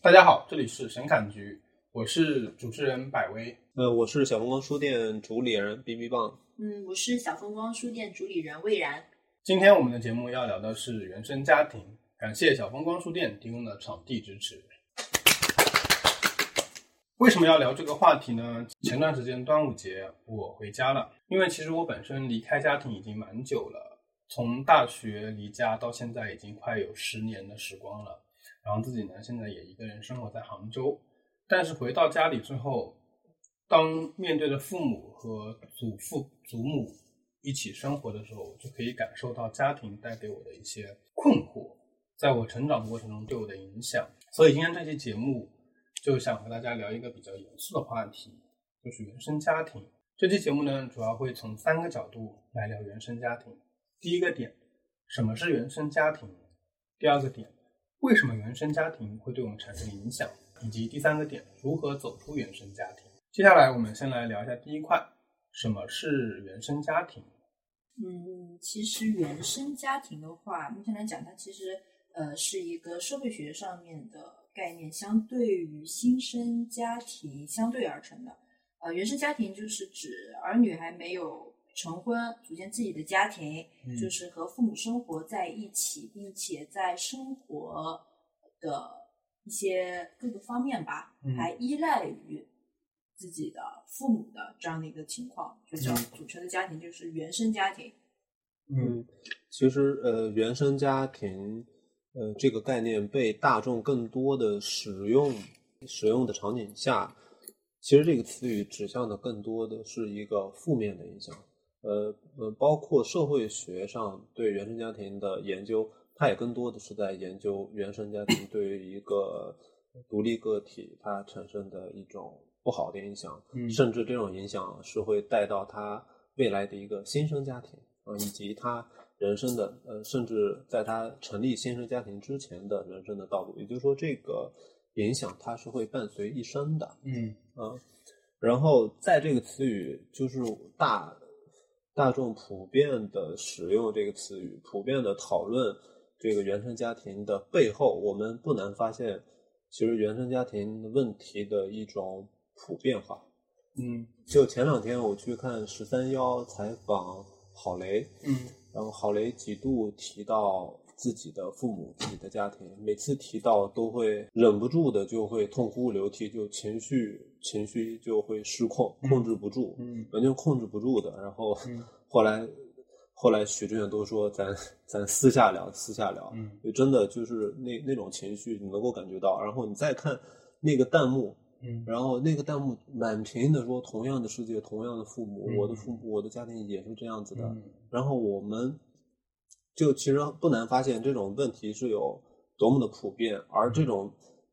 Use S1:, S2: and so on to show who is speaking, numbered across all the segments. S1: 大家好，这里是神侃局，我是主持人百威。
S2: 呃，我是小风光书店主理人 B B 棒。
S3: 嗯，我是小风光书店主理人魏然。
S1: 今天我们的节目要聊的是原生家庭，感谢小风光书店提供的场地支持。为什么要聊这个话题呢？前段时间端午节我回家了，因为其实我本身离开家庭已经蛮久了，从大学离家到现在已经快有十年的时光了。然后自己呢，现在也一个人生活在杭州，但是回到家里之后，当面对着父母和祖父祖母一起生活的时候，我就可以感受到家庭带给我的一些困惑，在我成长过程中对我的影响。所以今天这期节目就想和大家聊一个比较严肃的话题，就是原生家庭。这期节目呢，主要会从三个角度来聊原生家庭。第一个点，什么是原生家庭？第二个点。为什么原生家庭会对我们产生影响？以及第三个点，如何走出原生家庭？接下来我们先来聊一下第一块，什么是原生家庭？
S3: 嗯，其实原生家庭的话，目前来讲，它其实呃是一个社会学上面的概念，相对于新生家庭相对而成的。呃，原生家庭就是指儿女还没有成婚，组建自己的家庭，
S2: 嗯
S3: 就是和父母生活在一起，并且在生活的一些各个方面吧，
S1: 嗯
S3: 还依赖于自己的父母的这样的一个情况，就叫组成的家庭，就是原生家庭。
S2: 嗯，其实呃，原生家庭呃这个概念被大众更多的使用使用的场景下，其实这个词语指向的更多的是一个负面的影响。呃呃，包括社会学上对原生家庭的研究，它也更多的是在研究原生家庭对于一个独立个体它产生的一种不好的影响。
S1: 嗯
S2: 甚至这种影响是会带到他未来的一个新生家庭啊、呃以及他人生的呃，甚至在他成立新生家庭之前的人生的道路。也就是说，这个影响它是会伴随一生的。
S1: 嗯
S2: 啊。然后在这个词语就是大大众普遍的使用这个词语，普遍的讨论这个原生家庭的背后，我们不难发现，其实原生家庭问题的一种普遍化。
S1: 嗯
S2: 就前两天我去看十三幺采访郝雷，
S1: 嗯
S2: 然后郝雷几度提到自己的父母、自己的家庭，每次提到都会忍不住的就会痛哭流涕，就情绪情绪就会失控，
S1: 嗯
S2: 控制不住，
S1: 嗯
S2: 完全控制不住的。然后
S1: 嗯
S2: 后来后来许志远都说咱咱私下聊，私下聊，
S1: 嗯
S2: 就真的就是那那种情绪你能够感觉到。然后你再看那个弹幕，
S1: 嗯
S2: 然后那个弹幕满屏的说同样的世界，同样的父母，
S1: 嗯
S2: 我的父母，我的家庭也是这样子的。
S1: 嗯
S2: 然后我们就其实不难发现这种问题是有多么的普遍，而
S1: 嗯
S2: 这种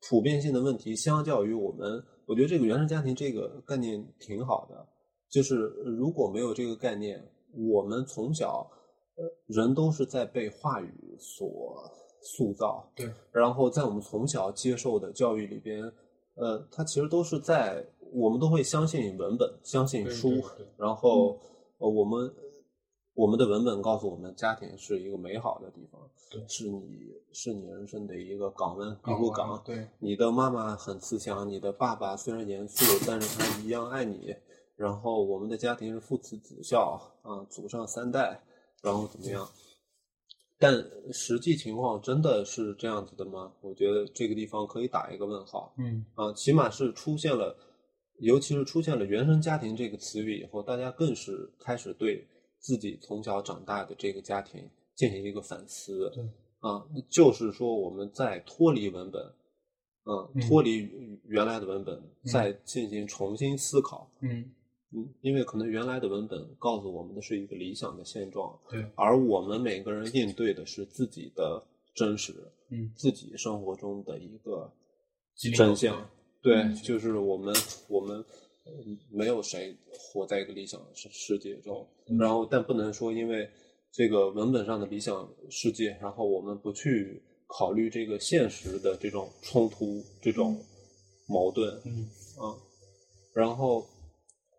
S2: 普遍性的问题，相较于我们，我觉得这个原生家庭这个概念挺好的，就是如果没有这个概念，我们从小呃人都是在被话语所塑造，
S1: 对，
S2: 然后在我们从小接受的教育里边，呃，它其实都是在我们都会相信文本，相信
S1: 对
S2: 书，
S1: 对对
S2: 然后、呃我们我们的文本告诉我们，家庭是一个美好的地方
S1: 对，
S2: 是你是你人生的一个港湾避
S1: 港
S2: 风
S1: 湾啊
S2: 港。
S1: 对，
S2: 你的妈妈很慈祥，你的爸爸虽然严肃，但是他一样爱你。然后我们的家庭是父慈子孝啊，祖上三代，然后怎么样？但实际情况真的是这样子的吗？我觉得这个地方可以打一个问号。
S1: 嗯
S2: 啊，起码是出现了，尤其是出现了“原生家庭”这个词语以后，大家更是开始对自己从小长大的这个家庭进行一个反思
S1: 对。
S2: 啊，就是说我们在脱离文本，啊
S1: 嗯，
S2: 脱离原原来的文本，再进行重新思考。
S1: 嗯
S2: 嗯，因为可能原来的文本告诉我们的是一个理想的现状，
S1: 对，
S2: 而我们每个人应对的是自己的真实，
S1: 嗯
S2: 自己生活中的一个
S1: 吉林
S2: 真相。对，
S3: 嗯
S2: 就是我们我们呃没有谁活在一个理想世世界中，
S1: 嗯
S2: 然后但不能说因为这个文本上的理想世界，然后我们不去考虑这个现实的这种冲突、这种矛盾
S1: 嗯
S2: 啊。然后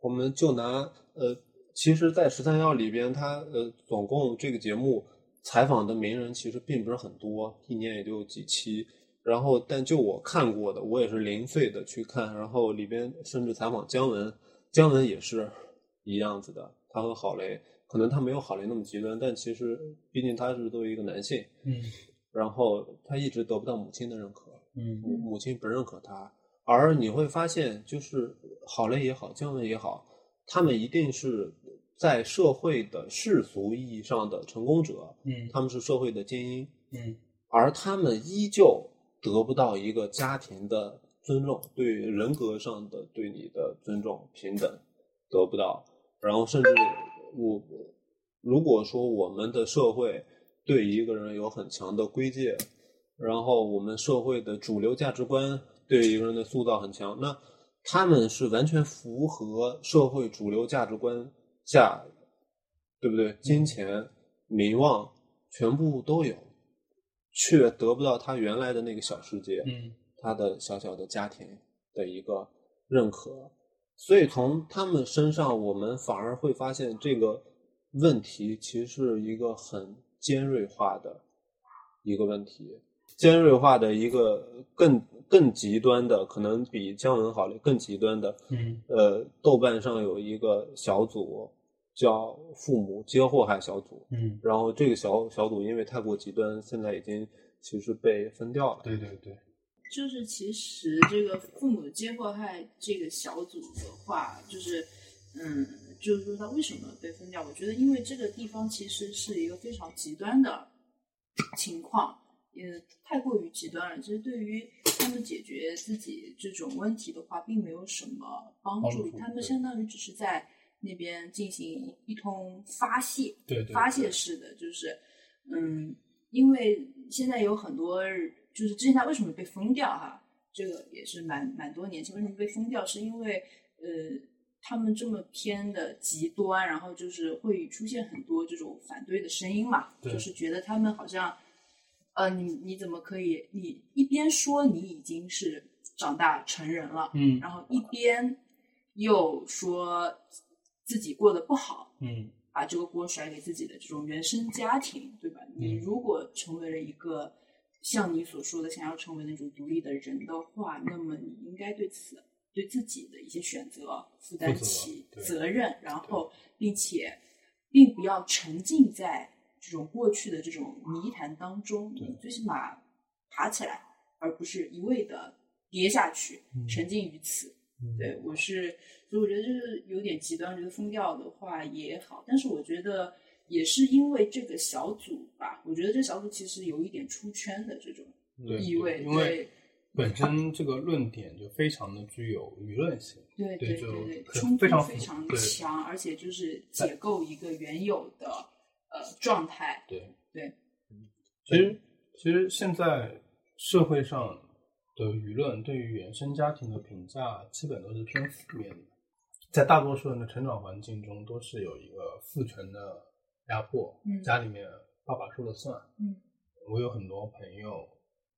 S2: 我们就拿呃，其实，在十三幺里边，它呃总共这个节目采访的名人其实并不是很多，一年也就几期。然后，但就我看过的，我也是零碎的去看，然后里边甚至采访姜文，姜文也是一样子的。他和郝蕾，可能他没有郝蕾那么极端，但其实毕竟他是作为一个男性，
S1: 嗯
S2: 然后他一直得不到母亲的认可，
S1: 嗯
S2: 母母亲不认可他。而你会发现，就是郝蕾也好，姜文也好，他们一定是在社会的世俗意义上的成功者，
S1: 嗯
S2: 他们是社会的精英，
S1: 嗯
S2: 而他们依旧得不到一个家庭的尊重，对人格上的对你的尊重平等得不到，然后甚至我如果说我们的社会对一个人有很强的规戒，然后我们社会的主流价值观对一个人的塑造很强，那他们是完全符合社会主流价值观下，对不对？金钱、名望全部都有，却得不到他原来的那个小世界，
S1: 嗯
S2: 他的小小的家庭的一个认可。所以从他们身上，我们反而会发现这个问题其实是一个很尖锐化的一个问题，尖锐化的一个更更极端的，可能比姜文好了更极端的。
S1: 嗯
S2: 呃，豆瓣上有一个小组叫“父母皆祸害小组”，
S1: 嗯，
S2: 然后这个小小组因为太过极端，现在已经其实被分掉了。
S1: 对对对，
S3: 就是其实这个父母皆迫害这个小组的话，就是嗯，就是说他为什么被分掉？我觉得因为这个地方其实是一个非常极端的情况，也太过于极端了。其实对于他们解决自己这种问题的话，并没有什么帮
S1: 帮
S3: 助
S1: 助，
S3: 他们
S1: 对
S3: 相当于只是在那边进行一一通发泄。
S1: 对对对
S3: 发泄式的，就是嗯，因为现在有很多，就是之前他为什么被封掉哈、这个也是蛮蛮多年前为什么被封掉，是因为呃他们这么偏的极端，然后就是会出现很多这种反对的声音嘛，
S1: 对
S3: 就是觉得他们好像呃你你怎么可以，你一边说你已经是长大成人了，
S1: 嗯
S3: 然后一边又说自己过得不好，
S1: 嗯
S3: 把这个锅甩给自己的这种原生家庭，对吧？你如果成为了一个像你所说的想要成为那种独立的人的话，那么你应该对此对自己的一些选择负担起
S1: 负责对
S3: 责任，然后并且并不要沉浸在这种过去的这种泥潭当中，
S1: 对
S3: 你最起码爬起来，而不是一味的跌下去，
S1: 嗯
S3: 沉浸于此。
S1: 嗯
S3: 对，我是，所以我觉得就是有点极端，觉得封掉的话也好，但是我觉得也是因为这个小组吧，我觉得这小组其实有一点出圈的这种
S1: 对
S3: 意味，
S1: 因为
S3: 对
S1: 本身这个论点就非常的具有舆论性。
S3: 对
S1: 对
S3: 对
S1: 就
S3: 对，
S1: 可
S3: 冲
S1: 非
S3: 突
S1: 常
S3: 非常
S1: 对
S3: 强，而且就是解构一个原有的呃状态，
S1: 对嗯
S3: 对，
S1: 其实其实现在社会上的舆论对于原生家庭的评价，基本都是偏负面的，在大多数人的成长环境中，都是有一个父权的压迫，
S3: 嗯
S1: 家里面爸爸说了算。
S3: 嗯，
S1: 我有很多朋友，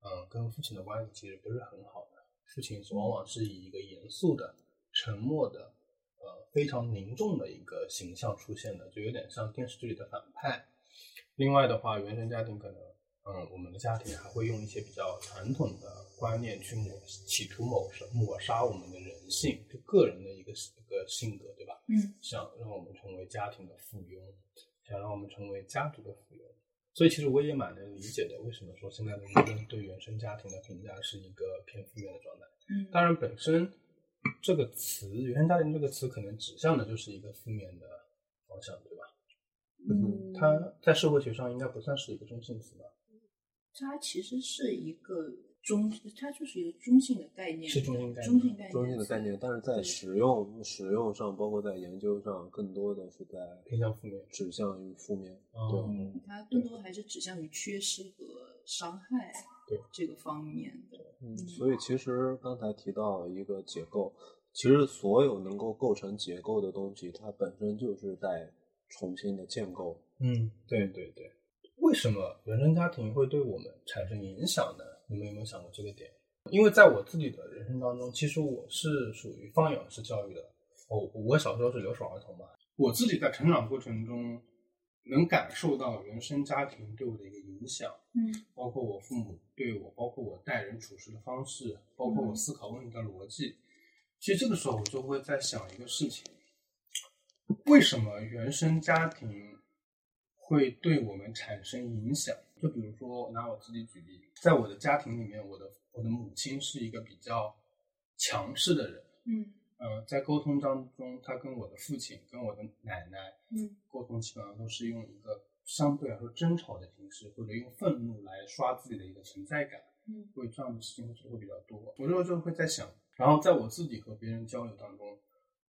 S1: 嗯，跟父亲的关系其实不是很好的，父亲往往是以一个严肃的、沉默的。呃，非常凝重的一个形象出现的，就有点像电视剧里的反派。另外的话，原生家庭可能，嗯，我们的家庭还会用一些比较传统的观念去抹，企图抹杀抹杀我们的人性，就个人的一个一个性格，对吧？
S3: 嗯，
S1: 想让我们成为家庭的附庸，想让我们成为家族的附庸。所以其实我也蛮能理解的，为什么说现在的舆论对原生家庭的评价是一个偏负面的状态。
S3: 嗯，
S1: 当然，本身这个词“原生家庭”这个词可能指向的就是一个负面的方向，对吧？
S3: 嗯，
S1: 它在社会学上应该不算是一个中性词吧？
S3: 它其实是一个中，它就是一个中性的概念，
S1: 是中性概念
S3: 中性概念，
S2: 中性的概念，但是在
S3: 对
S2: 使用使用上，包括在研究上，更多的是在
S1: 偏向负面。
S2: 指向于负面。
S1: 哦
S2: 对，
S3: 它更多还是指向于缺失和伤害
S1: 对
S3: 这个方面的。
S2: 嗯，所以其实刚才提到一个结构，其实所有能够构成结构的东西，它本身就是在重新的建构。
S1: 嗯，对对对。为什么原生家庭会对我们产生影响呢？你们有没有想过这个点？因为在我自己的人生当中，其实我是属于放哦养式教育的。我我小时候是留守儿童嘛，我自己在成长过程中，能感受到原生家庭对我的一个影响，
S3: 嗯
S1: 包括我父母对我，包括我待人处事的方式，包括我思考问题的逻辑。其实这个时候我就会在想一个事情：为什么原生家庭会对我们产生影响？就比如说拿我自己举例，在我的家庭里面，我的我的母亲是一个比较强势的人，
S3: 嗯
S1: 呃，在沟通当中，她跟我的父亲、跟我的奶奶
S3: 嗯
S1: 沟通基本上都是用一个相对来说争吵的形式，或者用愤怒来刷自己的一个存在感，
S3: 嗯
S1: 会这样的事情会比较多。我就就会在想，然后在我自己和别人交流当中，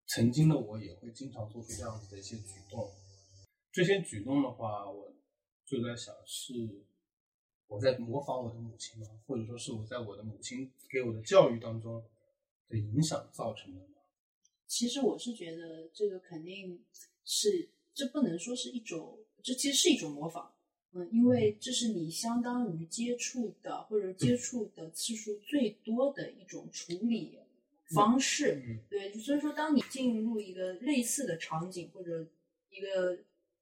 S1: 曾经的我也会经常做出这样子的一些举动。这些举动的话，我就在想是我在模仿我的母亲吗？或者说是我在我的母亲给我的教育当中的影响造成的吗？
S3: 其实我是觉得这个肯定是，这不能说是一种，这其实是一种模仿。嗯，因为这是你相当于接触的或
S1: 嗯
S3: 者接触的次数最多的一种处理方式。
S1: 嗯
S3: 对，所以说当你进入一个类似的场景或者一个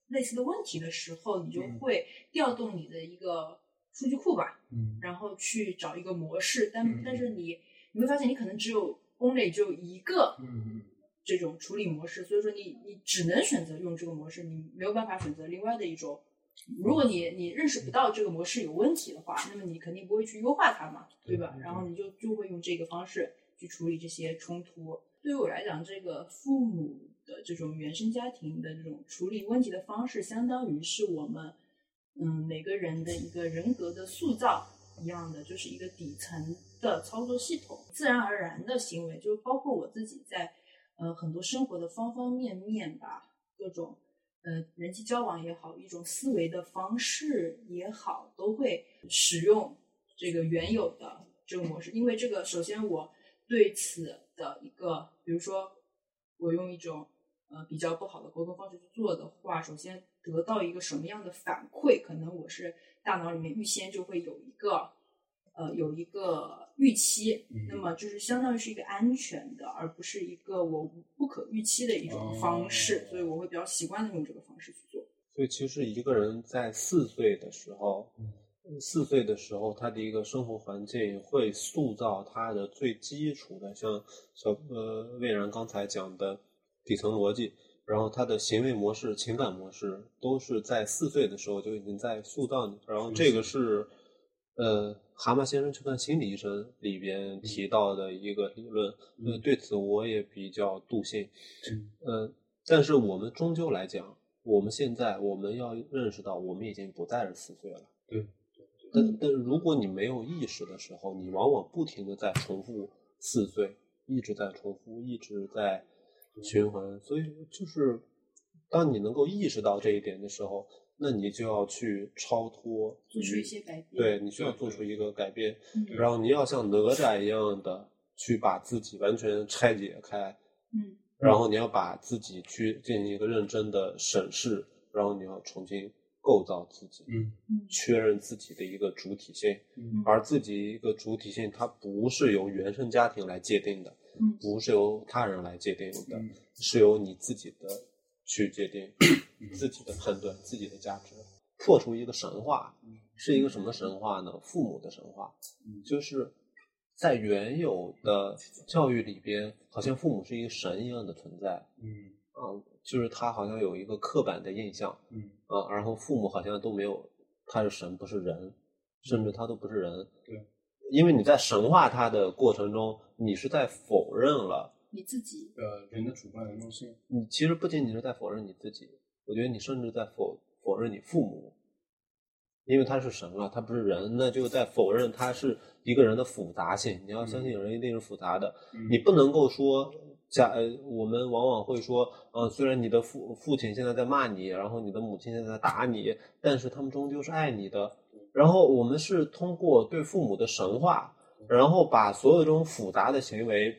S3: 类似的问题的时候，你就
S1: 嗯
S3: 会调动你的一个数据库吧，
S1: 嗯
S3: 然后去找一个模式，但、
S1: 嗯
S3: 但是你你会发现你可能只有宫垒只有一个
S1: 嗯
S3: 这种处理模式，所以说你你只能选择用这个模式，你没有办法选择另外的一种。如果你你认识不到这个模式有问题的话，那么你肯定不会去优化它嘛，对吧？
S1: 对
S3: 然后你就就会用这个方式去处理这些冲突。对于我来讲，这个父母的这种原生家庭的这种处理问题的方式，相当于是我们嗯每个人的一个人格的塑造一样的，就是一个底层的操作系统，自然而然的行为，就包括我自己在呃很多生活的方方面面吧，各种呃人际交往也好，一种思维的方式也好，都会使用这个原有的这个模式，因为这个首先我对此的一个，比如说我用一种呃比较不好的沟通方式去做的话，首先得到一个什么样的反馈，可能我是大脑里面预先就会有一个呃有一个预期，
S1: 嗯
S3: 那么就是相当于是一个安全的，而不是一个我不可预期的一种方式，
S1: 哦
S3: 所以我会比较习惯的用这个方式去做。
S2: 所以其实一个人在四岁的时候，四岁的时候，他的一个生活环境会塑造他的最基础的，像小呃魏然刚才讲的底层逻辑，然后他的行为模式、情感模式都是在四岁的时候就已经在塑造你。然后这个是呃《蛤蟆先生去看心理医生》里边提到的一个理论，
S1: 嗯
S2: 呃，对此我也比较笃信。
S1: 嗯
S2: 呃，但是我们终究来讲，我们现在我们要认识到，我们已经不再是四岁了。
S1: 对。
S2: 但但如果你没有意识的时候，你往往不停的在重复四岁，一直在重复，一直在循环。所以就是，当你能够意识到这一点的时候，那你就要去超脱，
S3: 做出一些改变，
S2: 对你需要
S1: 对
S2: 做
S1: 对
S2: 出一个改变。
S3: 嗯
S2: 然后你要像哪吒一样的去把自己完全拆解开，
S3: 嗯
S2: 然后你要把自己去进行一个认真的审视，然后你要重新构造自己，
S1: 嗯
S3: 嗯
S2: 确认自己的一个主体性，
S1: 嗯
S2: 而自己一个主体性它不是由原生家庭来界定的，
S3: 嗯
S2: 不是由他人来界定的，
S1: 嗯
S2: 是由你自己的去界定，自己的判断，自己的价值，破除一个神话，是一个什么神话呢？父母的神话，
S1: 嗯
S2: 就是在原有的教育里边，好像父母是一个神一样的存在
S1: 嗯
S2: 啊、就是他好像有一个刻板的印象
S1: 嗯
S2: 啊、然后父母好像都没有，他是神不是人，甚至他都不是人。
S1: 对，
S2: 因为你在神化他的过程中，你是在否认了，
S3: 你自己，
S1: 呃，人的主观能动性，
S2: 你其实不仅仅是在否认你自己，我觉得你甚至在否否认你父母。因为他是神啊了，他不是人，那就在否认他是一个人的复杂性。你要相信人一定是复杂的，你不能够说假呃，我们往往会说，呃，虽然你的父父亲现在在骂你，然后你的母亲现在在打你，但是他们终究是爱你的。然后我们是通过对父母的神话，然后把所有这种复杂的行为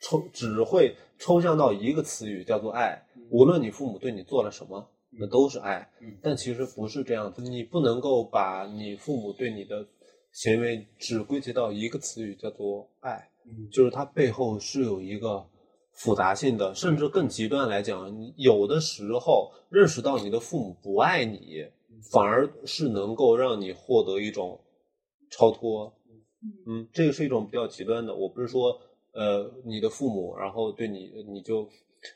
S2: 抽只会抽象到一个词语，叫做爱。无论你父母对你做了什么，那都是爱。
S1: 嗯
S2: 但其实不是这样子，你不能够把你父母对你的行为只归结到一个词语，叫做爱。
S1: 嗯
S2: 就是它背后是有一个复杂性的，甚至更极端来讲，有的时候认识到你的父母不爱你，反而是能够让你获得一种超脱。嗯，这个是一种比较极端的。我不是说，呃，你的父母，然后对你，你就，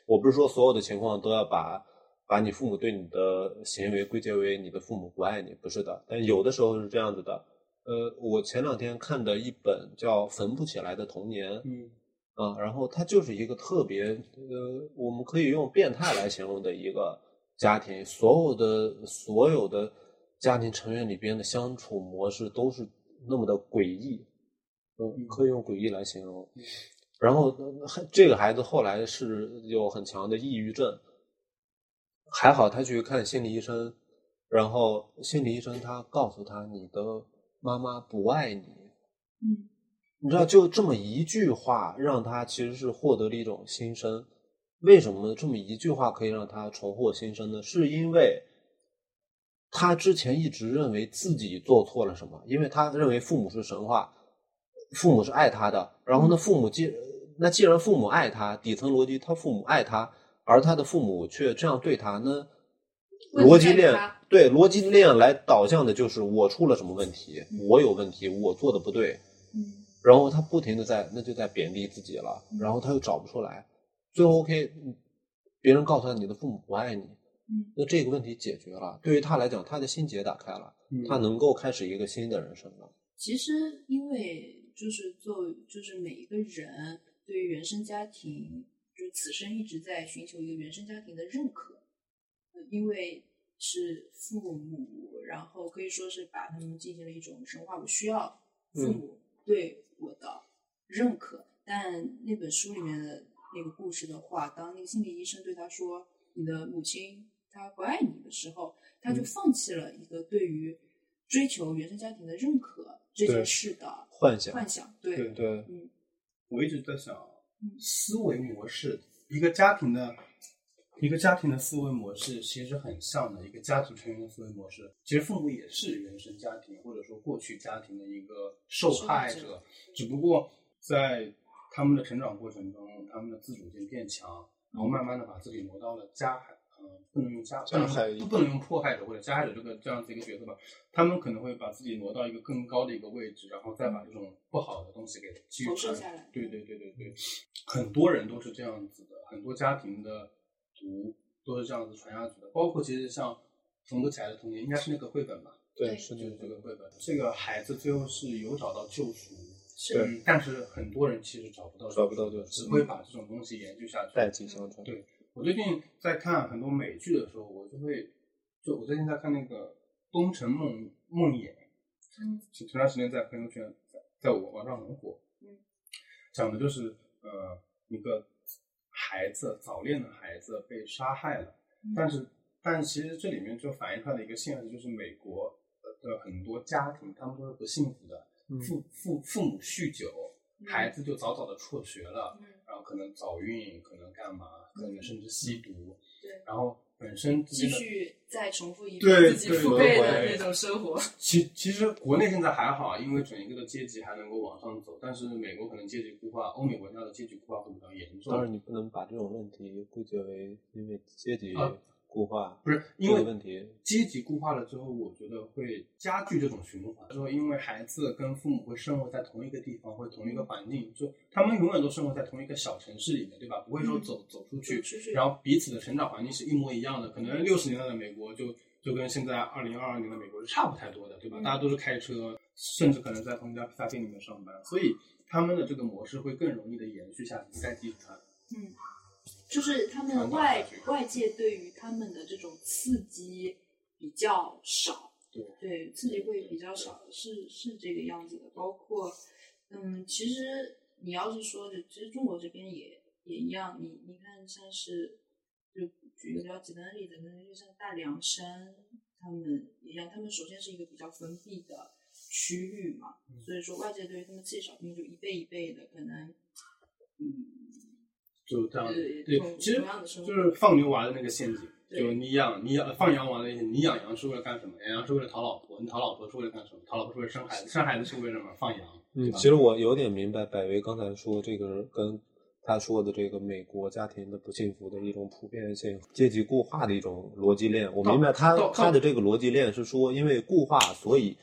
S2: 我不是说所有的情况都要把把你父母对你的行为归结为你的父母不爱你，不是的。但有的时候是这样子的。呃，我前两天看的一本叫《缝不起来的童年》，
S1: 嗯
S2: 啊，然后它就是一个特别呃，我们可以用变态来形容的一个家庭，所有的所有的家庭成员里边的相处模式都是那么的诡异，嗯，
S1: 嗯
S2: 可以用诡异来形容
S1: 嗯。
S2: 然后呃还这个孩子后来是有很强的抑郁症，还好他去看心理医生，然后心理医生他告诉他你的妈妈不爱你，
S3: 嗯
S2: 你知道，就这么一句话，让他其实是获得了一种新生。为什么这么一句话可以让他重获新生呢？是因为他之前一直认为自己做错了什么，因为他认为父母是神话，父母是爱他的。然后呢，父母既那既然父母爱他，底层逻辑他父母爱他，而他的父母却这样对他，那
S3: 问题
S2: 逻辑
S3: 在
S2: 链
S3: 他
S2: 对逻辑链来导向的就是我出了什么问题，我有问题，我做的不对。
S3: 嗯
S2: 然后他不停的在那就在贬低自己了，
S3: 嗯
S2: 然后他又找不出来，最后 OK，嗯别人告诉他你的父母不爱你，
S3: 嗯
S2: 那这个问题解决了，对于他来讲，他的心结打开了，
S1: 嗯
S2: 他能够开始一个新的人生了。
S3: 其实因为就是作为就是每一个人对于原生家庭，就是此生一直在寻求一个原生家庭的认可，呃因为是父母，然后可以说是把他们进行了一种神话，我需要父母对我的认可。但那本书里面的那个故事的话，当那个心理医生对他说你的母亲她不爱你的时候，他就
S2: 嗯
S3: 放弃了一个对于追求原生家庭的认可这件事的
S2: 幻想，
S3: 幻想。对，
S1: 对
S2: 对，
S3: 嗯
S1: 我一直在想
S3: 嗯，
S1: 思维模式，一个家庭的，一个家庭的思维模式其实很像的一个家族成员的思维模式。其实父母也是原生家庭或者说过去家庭的一个受害
S3: 受害
S1: 者，只不过在他们的成长过程中，他们的自主性变强，然后慢慢的把自己挪到了加害，嗯、不能用加，不能
S2: 加害
S1: 不不能用迫害者或者加害者这个这样子一个角色吧，他们可能会把自己挪到一个更高的一个位置，然后再把这种不好的东西给继续
S3: 投射
S1: 传
S3: 下来
S1: 对对对对对，很多人都是这样子的，很多家庭的毒都是这样子传下去的，包括其实像《缝不起来的童年》，应该是那个绘本吧，
S3: 对
S2: 是
S1: 就
S2: 的
S1: 是，这个绘本，这个孩子最后是有找到救赎。
S3: 是
S1: 嗯，但是很多人其实找不到，
S2: 找不到救赎
S1: 只会把这种东西延续下去。
S2: 代际相传。
S1: 对我最近在看很多美剧的时候，我就会，就我最近在看那个《东城梦梦魇》，
S3: 嗯
S1: 前前段时间在朋友圈，在在我网上很火，
S3: 嗯，
S1: 讲的就是呃一个孩子早恋的孩子被杀害了，
S3: 嗯
S1: 但是但其实这里面就反映出来的一个现实就是美国的很多家庭他们都是不幸福的，
S2: 嗯
S1: 父父父母酗酒，
S3: 嗯
S1: 孩子就早早的辍学了，
S3: 嗯
S1: 然后可能早孕，可能干嘛，可能甚至吸毒，
S3: 对，
S1: 然后本身之
S3: 继
S1: 间的
S3: 续再重复一
S1: 对
S3: 遍自己父辈的那种生活。
S1: 其其实国内现在还好，啊因为整一个的阶级还能够往上走，但是美国可能阶级固化，欧美国家的阶级固化会比较严重。
S2: 当然，你不能把这种问题归结为因为阶级
S1: 啊
S2: 固化，
S1: 不是
S2: 这
S1: 因
S2: 个
S1: 为
S2: 问题
S1: 阶级固化了之后，我觉得会加剧这种循环。之后，因为孩子跟父母会生活在同一个地方，会同一个环境，就他们永远都生活在同一个小城市里面，对吧？不会说
S3: 嗯
S1: 走、走出去
S3: 走出去，
S1: 然后彼此的成长环境是一模一样的。可能六十年代的美国就就跟现在二零二二年的美国是差不太多的，对吧？
S3: 嗯
S1: 大家都是开车，甚至可能在同一家披萨店里面上班，所以他们的这个模式会更容易的延续下去，再继续传。
S3: 嗯，就是他们外外界对于他们的这种刺激比较少，
S1: 对
S3: 刺激会比较少，是是这个样子的。包括，嗯，其实你要是说的，其实中国这边也也一样，你你看像是，就举一个比较极端的例子，可能就像大凉山他们一样，他们首先是一个比较封闭的区域嘛，
S1: 嗯
S3: 所以说外界对于他们刺激少，因为就一倍一倍的可能。嗯，
S1: 就这样子
S3: 对。
S1: 对
S3: 同，
S1: 其实
S3: 同样的生活
S1: 就是放牛娃的那个陷阱，
S3: 对
S1: 就你养你养放羊娃的那些，你养羊是为了干什么？养羊是为了讨老婆，你讨老婆是为了干什么？讨老婆是为了生孩子，生孩子是为了什么？放羊，对
S2: 嗯，
S1: 吧
S2: 其？实我有点明白百威刚才说这个跟他说的这个美国家庭的不幸福的一种普遍性、阶级固化的一种逻辑链。我明白他
S1: 到到
S2: 他的这个逻辑链是说，因为固化，所以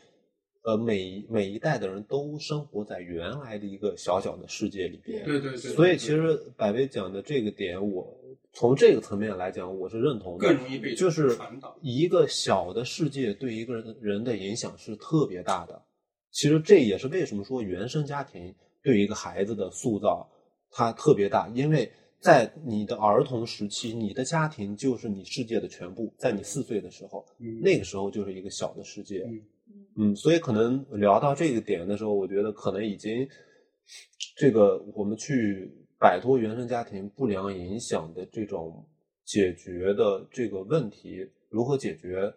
S2: 呃每每一代的人都生活在原来的一个小小的世界里边。
S1: 对对对，
S2: 所以
S1: 对
S2: 其实百威讲的这个点，我从这个层面来讲，我是认同的。
S1: 更容易被
S2: 就是
S1: 传导。
S2: 一个小的世界对一个人人的影响是特别大的。其实这也是为什么说原生家庭对一个孩子的塑造它特别大，因为在你的儿童时期，你的家庭就是你世界的全部。在你四岁的时候，
S1: 嗯
S2: 那个时候就是一个小的世界。
S3: 嗯
S2: 嗯，所以可能聊到这个点的时候，我觉得可能已经这个我们去摆脱原生家庭不良影响的这种解决的这个问题，如何解决，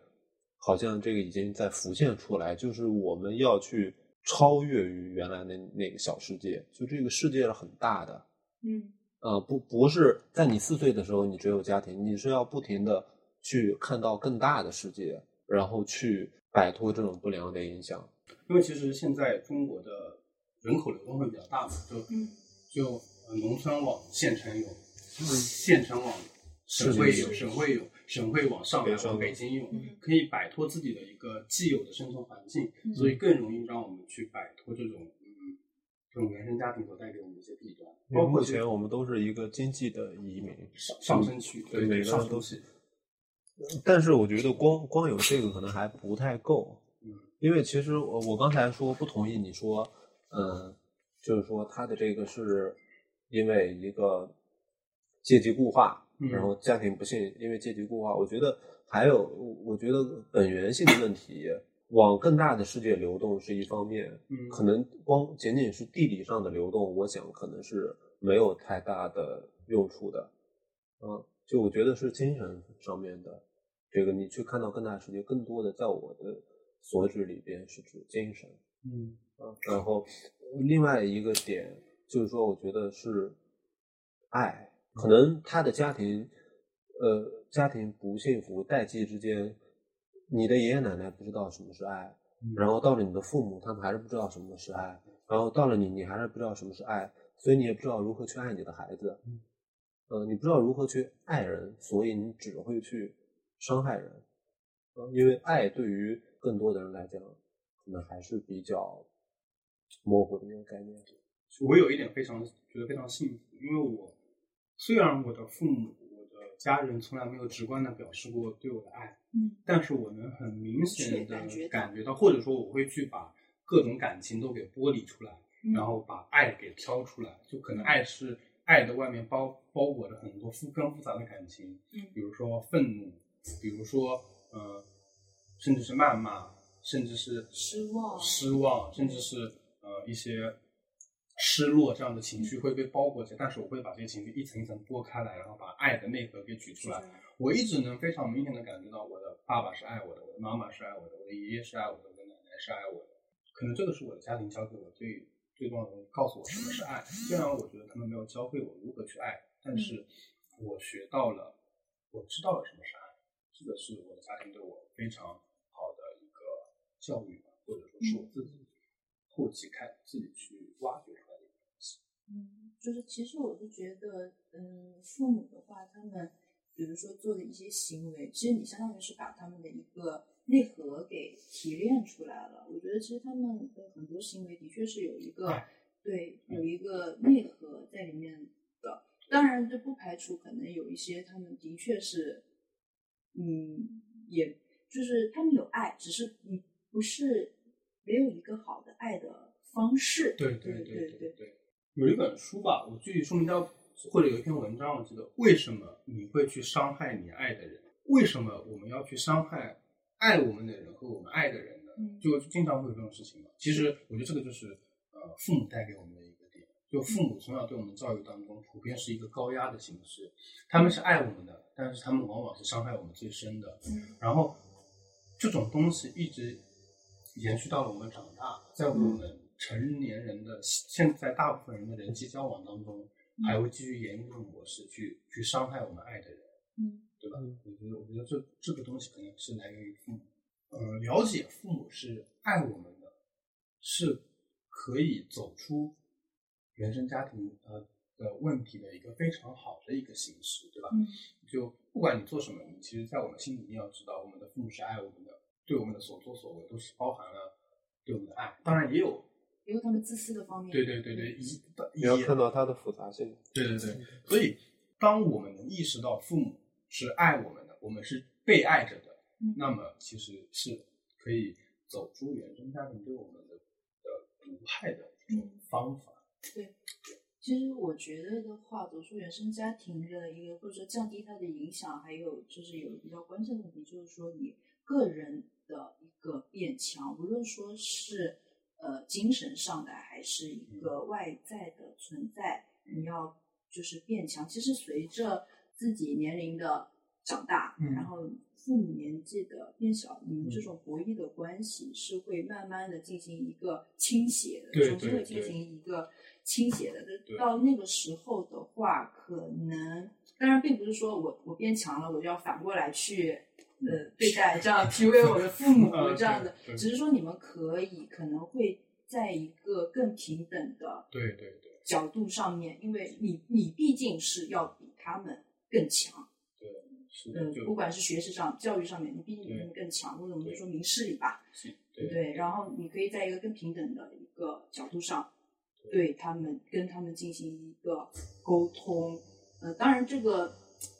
S2: 好像这个已经在浮现出来，就是我们要去超越于原来的那个小世界，就这个世界是很大的，
S3: 嗯
S2: 呃，不不是在你四岁的时候你只有家庭，你是要不停的去看到更大的世界，然后去摆脱这种不良的影响。
S1: 因为其实现在中国的人口流动会比较大嘛，就
S3: 嗯
S1: 就呃农村往县城涌，
S2: 嗯
S1: 县城往省会涌，
S3: 是
S1: 省会涌，省会往上海、
S2: 北上
S1: 往
S2: 广
S1: 北京涌，
S3: 嗯
S1: 可以摆脱自己的一个既有的生存环境，
S3: 嗯
S1: 所以更容易让我们去摆脱这种嗯这种原生家庭所带给我们的一些弊端，
S2: 因为
S1: 包括
S2: 目
S1: 其实
S2: 前我们都是一个经济的移民，
S1: 上上升区，
S2: 对每
S1: 对，
S2: 个
S1: 上
S2: 人
S1: 升
S2: 都
S1: 期
S2: 是。但是我觉得光光有这个可能还不太够
S1: 嗯，
S2: 因为其实我我刚才说不同意你说，嗯，就是说他的这个是因为一个阶级固化，
S1: 嗯
S2: 然后家庭不幸，因为阶级固化，我觉得还有我我觉得本源性的问题，往更大的世界流动是一方面，
S1: 嗯，
S2: 可能光仅仅是地理上的流动，我想可能是没有太大的用处的。嗯，就我觉得是精神上面的，这个你去看到更大的世界，更多的在我的所指里边是指精神。
S1: 嗯
S2: 嗯，然后另外一个点就是说，我觉得是爱，可能他的家庭，呃，家庭不幸福，代际之间，你的爷爷奶奶不知道什么是爱，然后到了你的父母，他们还是不知道什么是爱，然后到了你，你还是不知道什么是爱，所以你也不知道如何去爱你的孩子，
S1: 嗯
S2: 呃，你不知道如何去爱人，所以你只会去伤害人，呃因为爱对于更多的人来讲，可能还是比较模糊的一个概念。
S1: 我有一点非常觉得非常幸福，因为我虽然我的父母、我的家人从来没有直观的表示过对我的爱，
S3: 嗯
S1: 但是我能很明显的
S3: 感觉到
S1: 感觉到，或者说我会去把各种感情都给剥离出来，
S3: 嗯，
S1: 然后把爱给挑出来，就可能爱是爱的外面包包裹着很多复更复杂的感情，
S3: 嗯
S1: 比如说愤怒，比如说呃，甚至是谩骂，甚至是
S3: 失望
S1: 失望，甚至是呃一些失落这样的情
S3: 嗯
S1: 绪会被包裹起来，但是我会把这些情绪一层一层剥开来，然后把爱的内核给取出来。我一直能非常明显的感觉到，我的爸爸是爱我的，我的妈妈是爱我的，我的爷爷是爱我的，我的奶奶是爱我的。可能这个是我的家庭教给我最最重要的东西，告诉我什么是爱。虽然我觉得他们没有教会我如何去爱，但是我学到了，我知道了什么是爱。这个是我的家庭对我非常好的一个教育吧，或者说是我自己后期开自己去挖掘出来的一个东西。
S3: 嗯，就是其实我是觉得，嗯，父母的话，他们比如说做的一些行为，其实你相当于是把他们的一个内核给提炼出来了。我觉得其实他们的很多行为的确是有一个
S1: 哎
S3: 对有一个内核在里面的。当然，这不排除可能有一些他们的确是，嗯，也就是他们有爱，只是你不是没有一个好的爱的方式。
S1: 对
S3: 对
S1: 对
S3: 对。
S1: 对，有一本书吧，我具体说明叫或者有一篇文章，我记得为什么你会去伤害你爱的人？为什么我们要去伤害爱我们的人和我们爱的人呢？
S3: 嗯
S1: 就经常会有这种事情嘛。其实我觉得这个就是呃父母带给我们的一个点，就父母从小对我们的教育当中，普遍是一个高压的形式，他们是爱我们的，但是他们往往是伤害我们最深的。
S3: 嗯
S1: 然后这种东西一直延续到了我们长大，在我们成年人的现在大部分人的人际交往当中，
S3: 嗯
S1: 还会继续沿用这种模式去去伤害我们爱的人，
S3: 嗯
S1: 对吧？
S2: 嗯
S1: 我觉得，我觉得这这个东西可能是来源于父母，呃，了解父母是爱我们的，是可以走出原生家庭呃的问题的一个非常好的一个形式，对吧？
S3: 嗯
S1: 就不管你做什么，你其实在我们心里面要知道，我们的父母是爱我们的，对我们的所作所为都是包含了对我们的爱。当然也有，
S3: 也有他们自私的方面。
S1: 对对对对，一
S2: 你要
S1: 也
S2: 看到它的复杂性。
S1: 对对对，所以当我们能意识到父母是爱我们的，我们是被爱着的，
S3: 嗯
S1: 那么其实是可以走出原生家庭对我们的的毒害的一
S3: 嗯
S1: 种方法。
S3: 其实我觉得的话，走出原生家庭的一个，或者说降低它的影响，还有就是有比较关键的问题，就是说你个人的一个变强，无论说是呃精神上的，还是
S1: 嗯
S3: 一个外在的存在，你要就是变强。其实随着自己年龄的长大，
S1: 嗯
S3: 然后父母年纪的变小，你们这
S1: 嗯
S3: 种博弈的关系是会慢慢的进行一个倾斜的，
S1: 对
S3: 重新
S1: 对
S3: 会进
S1: 对
S3: 行一个倾斜的。
S1: 对
S3: 那到那个时候的话，可能当然并不是说我我变强了，我就要反过来去呃对 待这样 PUA 我的父母
S1: 呃
S3: 这样的，
S1: 对
S3: 只是说你们可以可能会在一个更平等的
S1: 对对对
S3: 角度上面，因为你你毕竟是要比他们更强，
S1: 对，是的，
S3: 嗯，
S1: 就
S3: 不管是学识上、教育上面，你毕竟比他们
S1: 对
S3: 更强，或者我们
S1: 对
S3: 就说明事理吧，
S1: 对
S3: 对，然后你可以在一个更平等的一个角度上，对他们跟他们进行一个沟通。呃，当然这个，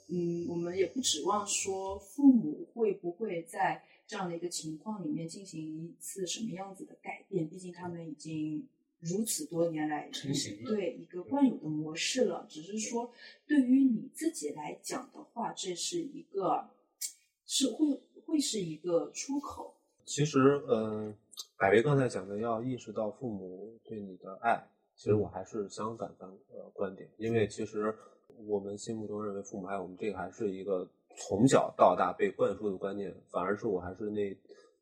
S3: 嗯，我们也不指望说父母会不会在这样的一个情况里面进行一次什么样子的改变，毕竟他们已经如此多年来
S1: 成型了
S3: 对一个惯有的模式了。只是说，对于你自己来讲的话，这是一个是会会是一个出口。
S2: 其实，嗯、百威刚才讲的要意识到父母对你的爱，其实
S1: 嗯
S2: 我还是相反的呃观点，因为其实我们心目中认为父母爱我们，这个还是一个从小到大被灌输的观念，反而是我还是那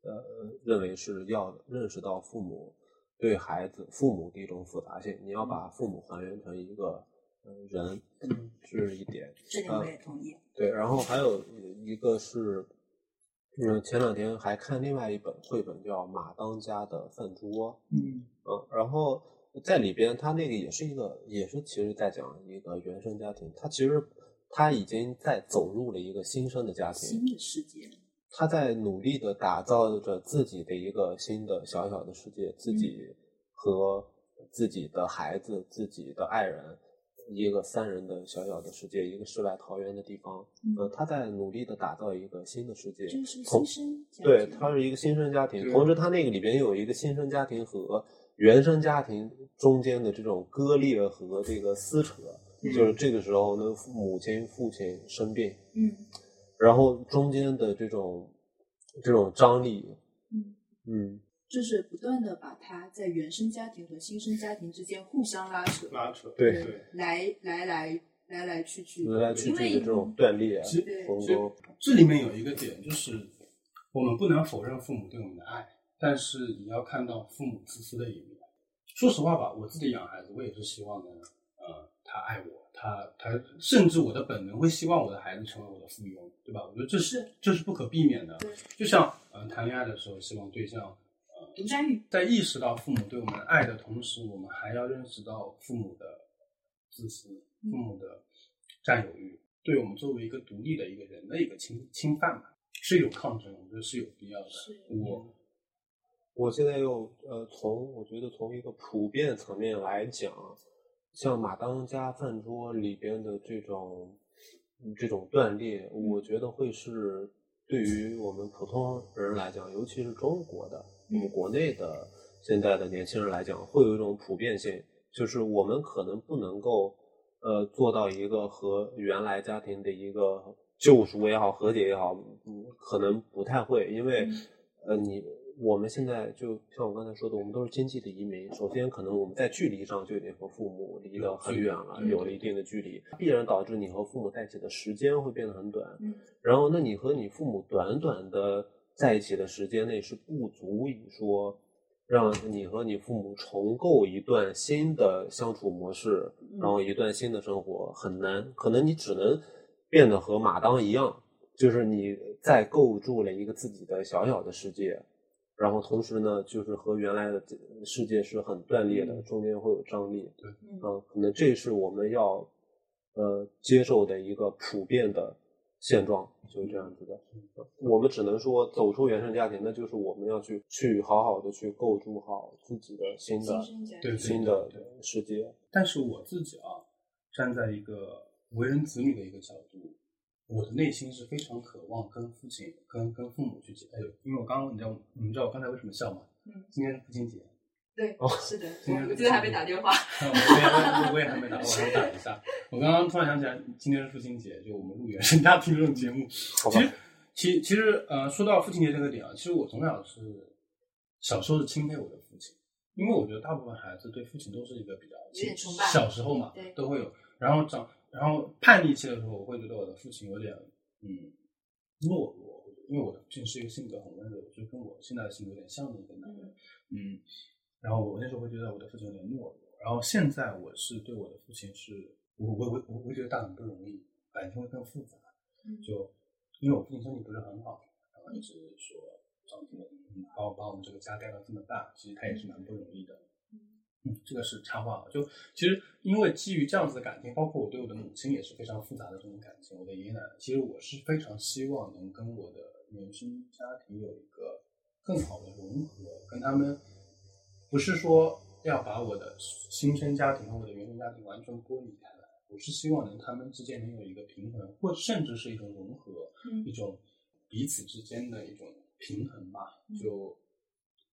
S2: 呃认为是要认识到父母对孩子、父母的一种复杂性，你要把父母还原成一个呃人，
S1: 嗯
S2: 这是一点。
S3: 这
S1: 呃
S3: 点我也同意。
S2: 对，然后还有一个是，嗯，前两天还看另外一本绘本叫《马当家的饭桌
S1: 嗯》，
S2: 嗯，然后在里边他那个也是一个，也是其实在讲一个原生家庭，他其实他已经在走入了一个新生的家庭
S3: 新，的世界，
S2: 他在努力的打造着自己的一个新的小小的世界，自己和自己的孩子、自己的爱人，一个三人的小小的世界，一个世外桃源的地方。
S3: 嗯
S2: 呃，他在努力的打造一个新的世界
S3: 这，个是新
S2: 同
S3: 生家庭，
S2: 对，他是一个新生家庭，
S1: 对
S2: 同时他那个里边有一个新生家庭和原生家庭中间的这种割裂和这个撕扯，
S1: 嗯
S2: 就是这个时候呢，父母亲、父亲生病，
S3: 嗯
S2: 然后中间的这种这种张力，
S3: 嗯，
S2: 嗯，
S3: 就是不断的把他在原生家庭和新生家庭之间互相拉扯，
S1: 拉扯，
S2: 对
S1: 对。
S3: 来来来来来去去，
S2: 来来去
S3: 因
S2: 去的
S3: 为
S2: 这种断裂啊
S1: 其、
S3: 对
S2: 鸿
S1: 其实
S2: 沟，
S1: 这里面有一个点，就是我们不能否认父母对我们的爱，但是也要看到父母自私的一面。说实话吧，我自己养孩子，我也是希望呢，呃，他爱我，他他甚至我的本能会希望我的孩子成为我的附庸，对吧？我觉得这是
S3: 是
S1: 这是不可避免的
S3: 对。
S1: 就像呃谈恋爱的时候，希望对象
S3: 独占欲，
S1: 在意识到父母对我们的爱的同时，我们还要认识到父母的自私、
S3: 嗯
S1: 父母的占有欲，对我们作为一个独立的一个人的一个侵侵犯吧，是有抗争，我觉得是有必要的。
S3: 是
S2: 嗯
S1: 我
S2: 我现在又呃，从我觉得从一个普遍层面来讲，像《马当家饭桌》里边的这种嗯这种断裂，我觉得会是对于我们普通人来讲，尤其是中国的我们
S3: 嗯
S2: 国内的现在的年轻人来讲，会有一种普遍性，就是我们可能不能够呃做到一个和原来家庭的一个救赎也好，和解也好，嗯，可能不太会，因为、
S3: 嗯
S2: 呃你我们现在就像我刚才说的，我们都是经济的移民，首先可能我们在距离上就已经和父母离得很远了，
S3: 嗯
S2: 有了一定的距离，必然导致你和父母在一起的时间会变得很短。
S3: 嗯
S2: 然后，那你和你父母短短的在一起的时间内是不足以说让你和你父母重构一段新的相处模式，嗯然
S3: 嗯
S2: 后一段新的生活很难，可能你只能变得和马当一样，就是你再构筑了一个自己的小小的世界，然后同时呢，就是和原来的世界是很断裂的，中间会有张力。
S3: 嗯
S2: 嗯，可能这是我们要呃接受的一个普遍的现状，就是这样子的。我们只能说走出原生家庭，那就是我们要去去好好的去构筑好自己的新
S3: 新
S2: 的
S3: 生家
S1: 对
S3: 庭，
S2: 新的
S1: 对对
S2: 世界。
S1: 但是我自己啊，站在一个为人子女的一个角度，我的内心是非常渴望跟父亲、跟跟父母去结。哎呦，因为我刚刚你知道，你知道我刚才为什么笑吗？
S3: 嗯
S1: 今天是父亲节，
S3: 对
S2: 哦，
S3: 是的，
S1: 今天
S3: 我记得还没打电话，
S1: 我也我也我也还没打，我想打一下。我刚刚突然想起来，今天是父亲节，就我们录原生家庭这种节目。
S2: 好吧
S1: 其实，其其实，呃，说到父亲节这个点啊，其实我从小是小时候是钦佩我的父亲，因为我觉得大部分孩子对父亲都是一个比较
S3: 有点崇拜
S1: 小时候嘛
S3: 对，
S1: 都会有。然后长，然后叛逆期的时候，我会觉得我的父亲有点嗯懦弱，因为我的父亲是一个性格很温柔，就跟我现在的性格有点像的一个男人。嗯，然后我那时候会觉得我的父亲有点懦弱，然后现在我是对我的父亲是，我我我我会觉得他很不容易，感情会更复杂，
S3: 嗯
S1: 就因为我父亲身体不是很好，然后一直说长这么，嗯把我把我们这个家带到这么大，其实他也是蛮不容易的。嗯，这个是插话了。就其实因为基于这样子的感情，包括我对我的母亲也是非常复杂的这种感情，我的爷爷奶奶，其实我是非常希望能跟我的原生家庭有一个更好的融合，跟他们不是说要把我的新生家庭和我的原生家庭完全剥离开来，我是希望能他们之间能有一个平衡，或甚至是一种融合。一
S3: 嗯
S1: 种彼此之间的一种平衡吧
S3: 嗯。
S1: 就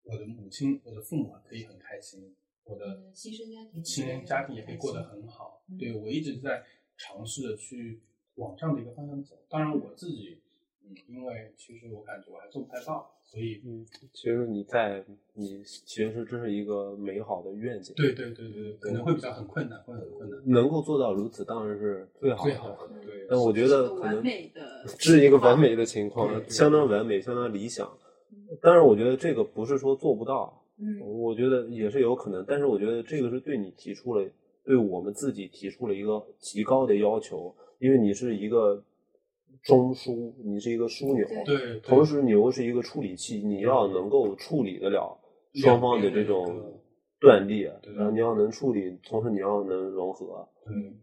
S1: 我的母亲，我的父母啊可以很开心，我的
S3: 嗯新生家庭
S1: 亲人家庭也可以过得很好
S3: 嗯。
S1: 对我一直在尝试着去往这样的一个方向走。当然，我自己，嗯，因为其实我感觉我还做不太到，所以
S2: 嗯，其实你在你其实这是一个美好的愿景，，
S1: 对对对对对，嗯可能会比较很困难，会很困难。
S2: 能够做到如此当然是最好
S1: 最
S2: 的。
S1: 好的对，
S2: 但我觉
S3: 是
S2: 得
S3: 个
S2: 可
S3: 完
S2: 能
S3: 美的
S2: 是一个完美的情
S1: 对
S2: 况，
S1: 对
S2: 相当完美，相当理想
S3: 嗯。
S2: 但是我觉得这个不是说做不到，
S3: 嗯
S2: 我觉得也是有可能。但是我觉得这个是对你提出了，对我们自己提出了一个极高的要求，因为你是一个中枢，你是一个枢纽，
S3: 对
S1: 对对，
S2: 同时你又是一个处理器，你要能够处理得了双方的
S1: 两边的
S2: 这
S1: 一
S2: 种
S1: 个
S2: 断裂，
S1: 对
S2: 然后你要能处理，同时你要能融合。
S1: 嗯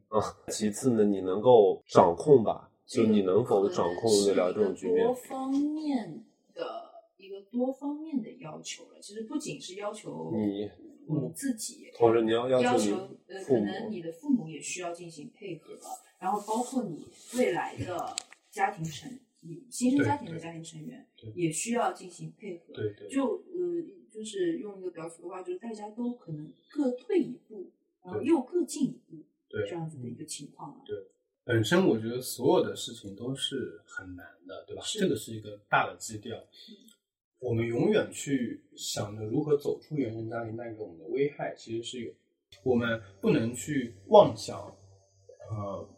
S2: 其次呢，你能够掌控吧，就
S3: 嗯
S2: 你能否掌控得了这种局面
S3: 多？方面的一个多方面的要求了。其实不仅是要求
S2: 你
S3: 我们自己，
S2: 同时你要要
S3: 要
S2: 求
S3: 求
S2: 你
S3: 呃，
S2: 父
S3: 可
S2: 母，
S3: 能你的父母也需要进行配合，然后包括你未来的家庭成你新生家庭的
S1: 对对
S3: 家庭成员
S1: 对
S3: 也需要进行配合。
S1: 对对
S3: 就呃，就是用一个比较俗的话，就是大家都可能各退一步，然后又各进一步，
S1: 对
S3: 这样子的一个情况啊。
S1: 本身我觉得所有的事情都是很难的，对吧？
S3: 是
S1: 这个是一个大的基调。我们永远去想着如何走出原生家庭带给我们的危害，其实是有。我们不能去妄想，呃，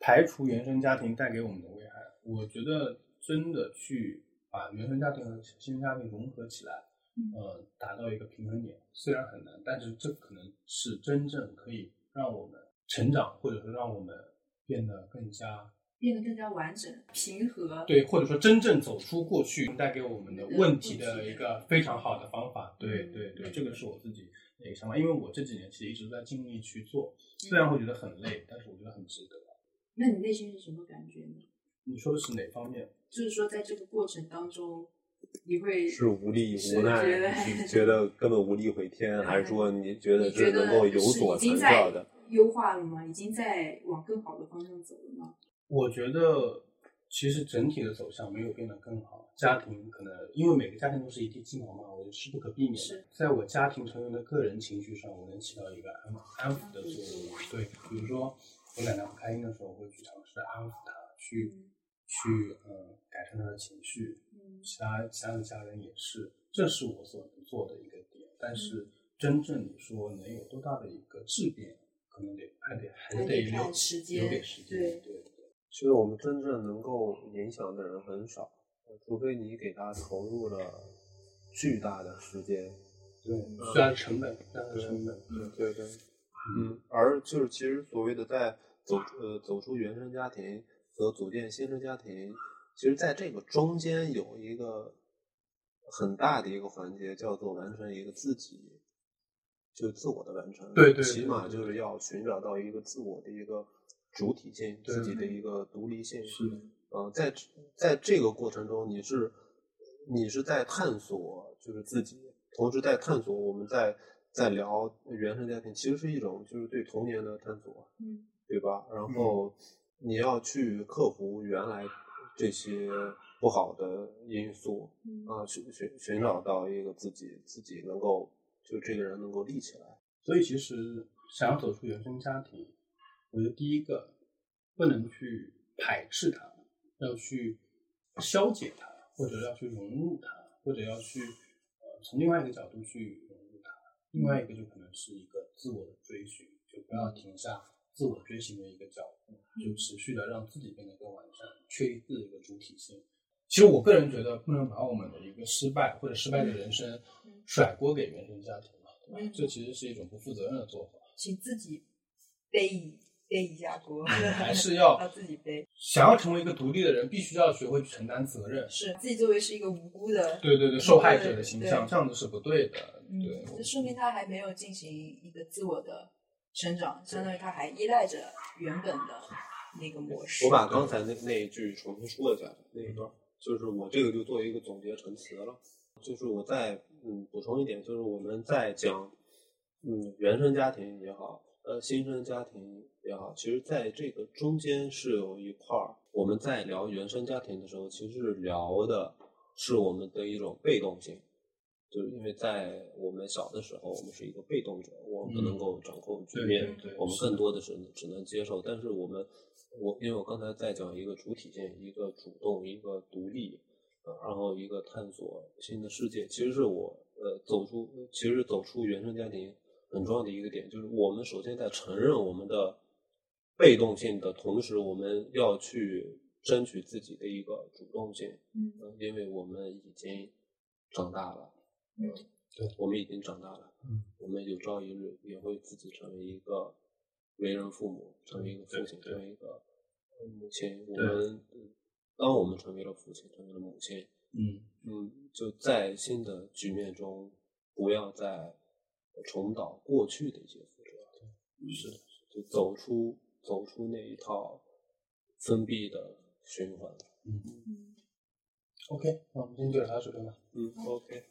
S1: 排除原生家庭带给我们的危害。我觉得真的去把原生家庭和新生家庭融合起来，
S3: 嗯
S1: 呃，达到一个平衡点，虽然很难，但是这可能是真正可以让我们成长，或者说让我们变得更加
S3: 变得更加完整、平和。
S1: 对，或者说真正走出过去带给我们的问题的一个非常好的方法。对
S3: 嗯
S1: 对对，这个是我自己的一个想法，因为我这几年其实一直在尽力去做，虽然会觉得很累，但是我觉得很值得。
S3: 那你内心是什么感觉呢？
S1: 你说的是哪方面？
S3: 就是说，在这个过程当中，你会
S2: 是无力
S3: 是
S2: 无奈
S3: 觉得，
S2: 你觉得根本无力回天，还是说你觉得
S3: 你
S2: 这
S3: 觉得
S2: 能够
S3: 是
S2: 有所
S3: 已经
S2: 成
S3: 在
S2: 效的？
S3: 优化了吗？已经在往更好的方向走了吗？
S1: 我觉得其实整体的走向没有变得更好，家庭可能因为每个家庭都是一地鸡毛嘛，我觉得是不可避免的
S3: 是。
S1: 在我家庭成员的个人情绪上，我能起到一个安安抚的作用。对，比如说我奶奶不开心的时候，我会去尝试安抚她，去去呃改善她的情绪。
S3: 嗯
S1: 其他其他的家人也是，这是我所能做的一个点。但是
S3: 嗯
S1: 真正你说能有多大的一个质变，可能得还得还
S3: 还
S1: 是
S3: 得
S1: 留
S3: 看时间
S1: 留给时间。对
S3: 对
S1: 对。
S2: 其实我们真正能够影响的人很少，除非你给他投入了巨大的时间。
S1: 对，虽然成本，但是成本，嗯，
S2: 对对，嗯，而就是其实所谓的在走呃走出原生家庭和组建新生家庭，其实在这个中间有一个很大的一个环节，叫做完成一个自己，就自我的完成。
S1: 对对
S2: 起
S1: 对
S2: 码
S1: 对
S2: 就是要寻找到一个自我的一个主体性，
S1: 对
S2: 自己的一个独立性。
S1: 是
S2: 呃，在这在这个过程中，你是你是在探索，就是自己，同时在探索我们在在聊原生家庭，其实是一种就是对童年的探索，
S3: 嗯，
S2: 对吧？然后你要去克服原来这些不好的因素
S3: 嗯
S2: 啊，寻寻寻找到一个自己自己能够就这个人能够立起来，
S1: 所以其实想要走出原生家庭，我觉得第一个不能去排斥它，要去消解它，或者要去融入它，或者要去呃从另外一个角度去融入它。另外一个就可能是一个自我的追寻，就不要停下自我追寻的一个脚步，就持续的让自己变得更完善，确立自己的一个主体性。其实我个人觉得，不能把我们的一个失败或者失败的人生
S3: 嗯
S1: 甩锅给原生家庭嘛，对吧？
S3: 嗯
S1: 这其实是一种不负责任的做法，
S3: 请自己背一背一下锅，
S2: 嗯
S1: 还是要
S3: 要自己背，
S1: 想要成为一个独立的人，必须要学会去承担责任。
S3: 是自己作为是一个无辜的，
S1: 对对对，受害者的形象
S3: 对
S1: 这样子是不对的。
S3: 嗯
S1: 对，，
S3: 这说明他还没有进行一个自我的生长，相当于他还依赖着原本的那个模式。
S2: 我把刚才那那一句重新说一下那一段，就是我这个就做一个总结陈词了。就是我再嗯补充一点，就是我们在讲嗯原生家庭也好，呃新生家庭也好，其实在这个中间是有一块儿，我们在聊原生家庭的时候，其实聊的是我们的一种被动性。就是因为在我们小的时候，我们是一个被动者，我们不能够掌控局
S1: 嗯对
S2: 面，
S1: 对对
S2: 我们
S1: 是
S2: 更多的是只能接受。但是我们，我因为我刚才在讲一个主体性、一个主动、一个独立，呃然后一个探索新的世界，其实是我呃走出，其实走出原生家庭很重要的一个点，就是我们首先在承认我们的被动性的同时，我们要去争取自己的一个主动性，
S3: 嗯
S2: 呃因为我们已经长大了。
S3: 嗯
S2: 我们已经长大了，
S1: 嗯，
S2: 我们有朝一日也会自己成为一个为人父母，成为一个父亲，
S1: 对对
S2: 成为一个呃母亲。我
S1: 对
S2: 们嗯当我们成为了父亲，成为了母亲，
S1: 嗯，
S2: 嗯，就在新的局面中，不要再重蹈过去的一些覆辙，
S1: 是
S2: 就走出走出那一套封闭的循环。
S1: OK，那我们今天就聊到这边吧。
S2: 嗯，OK。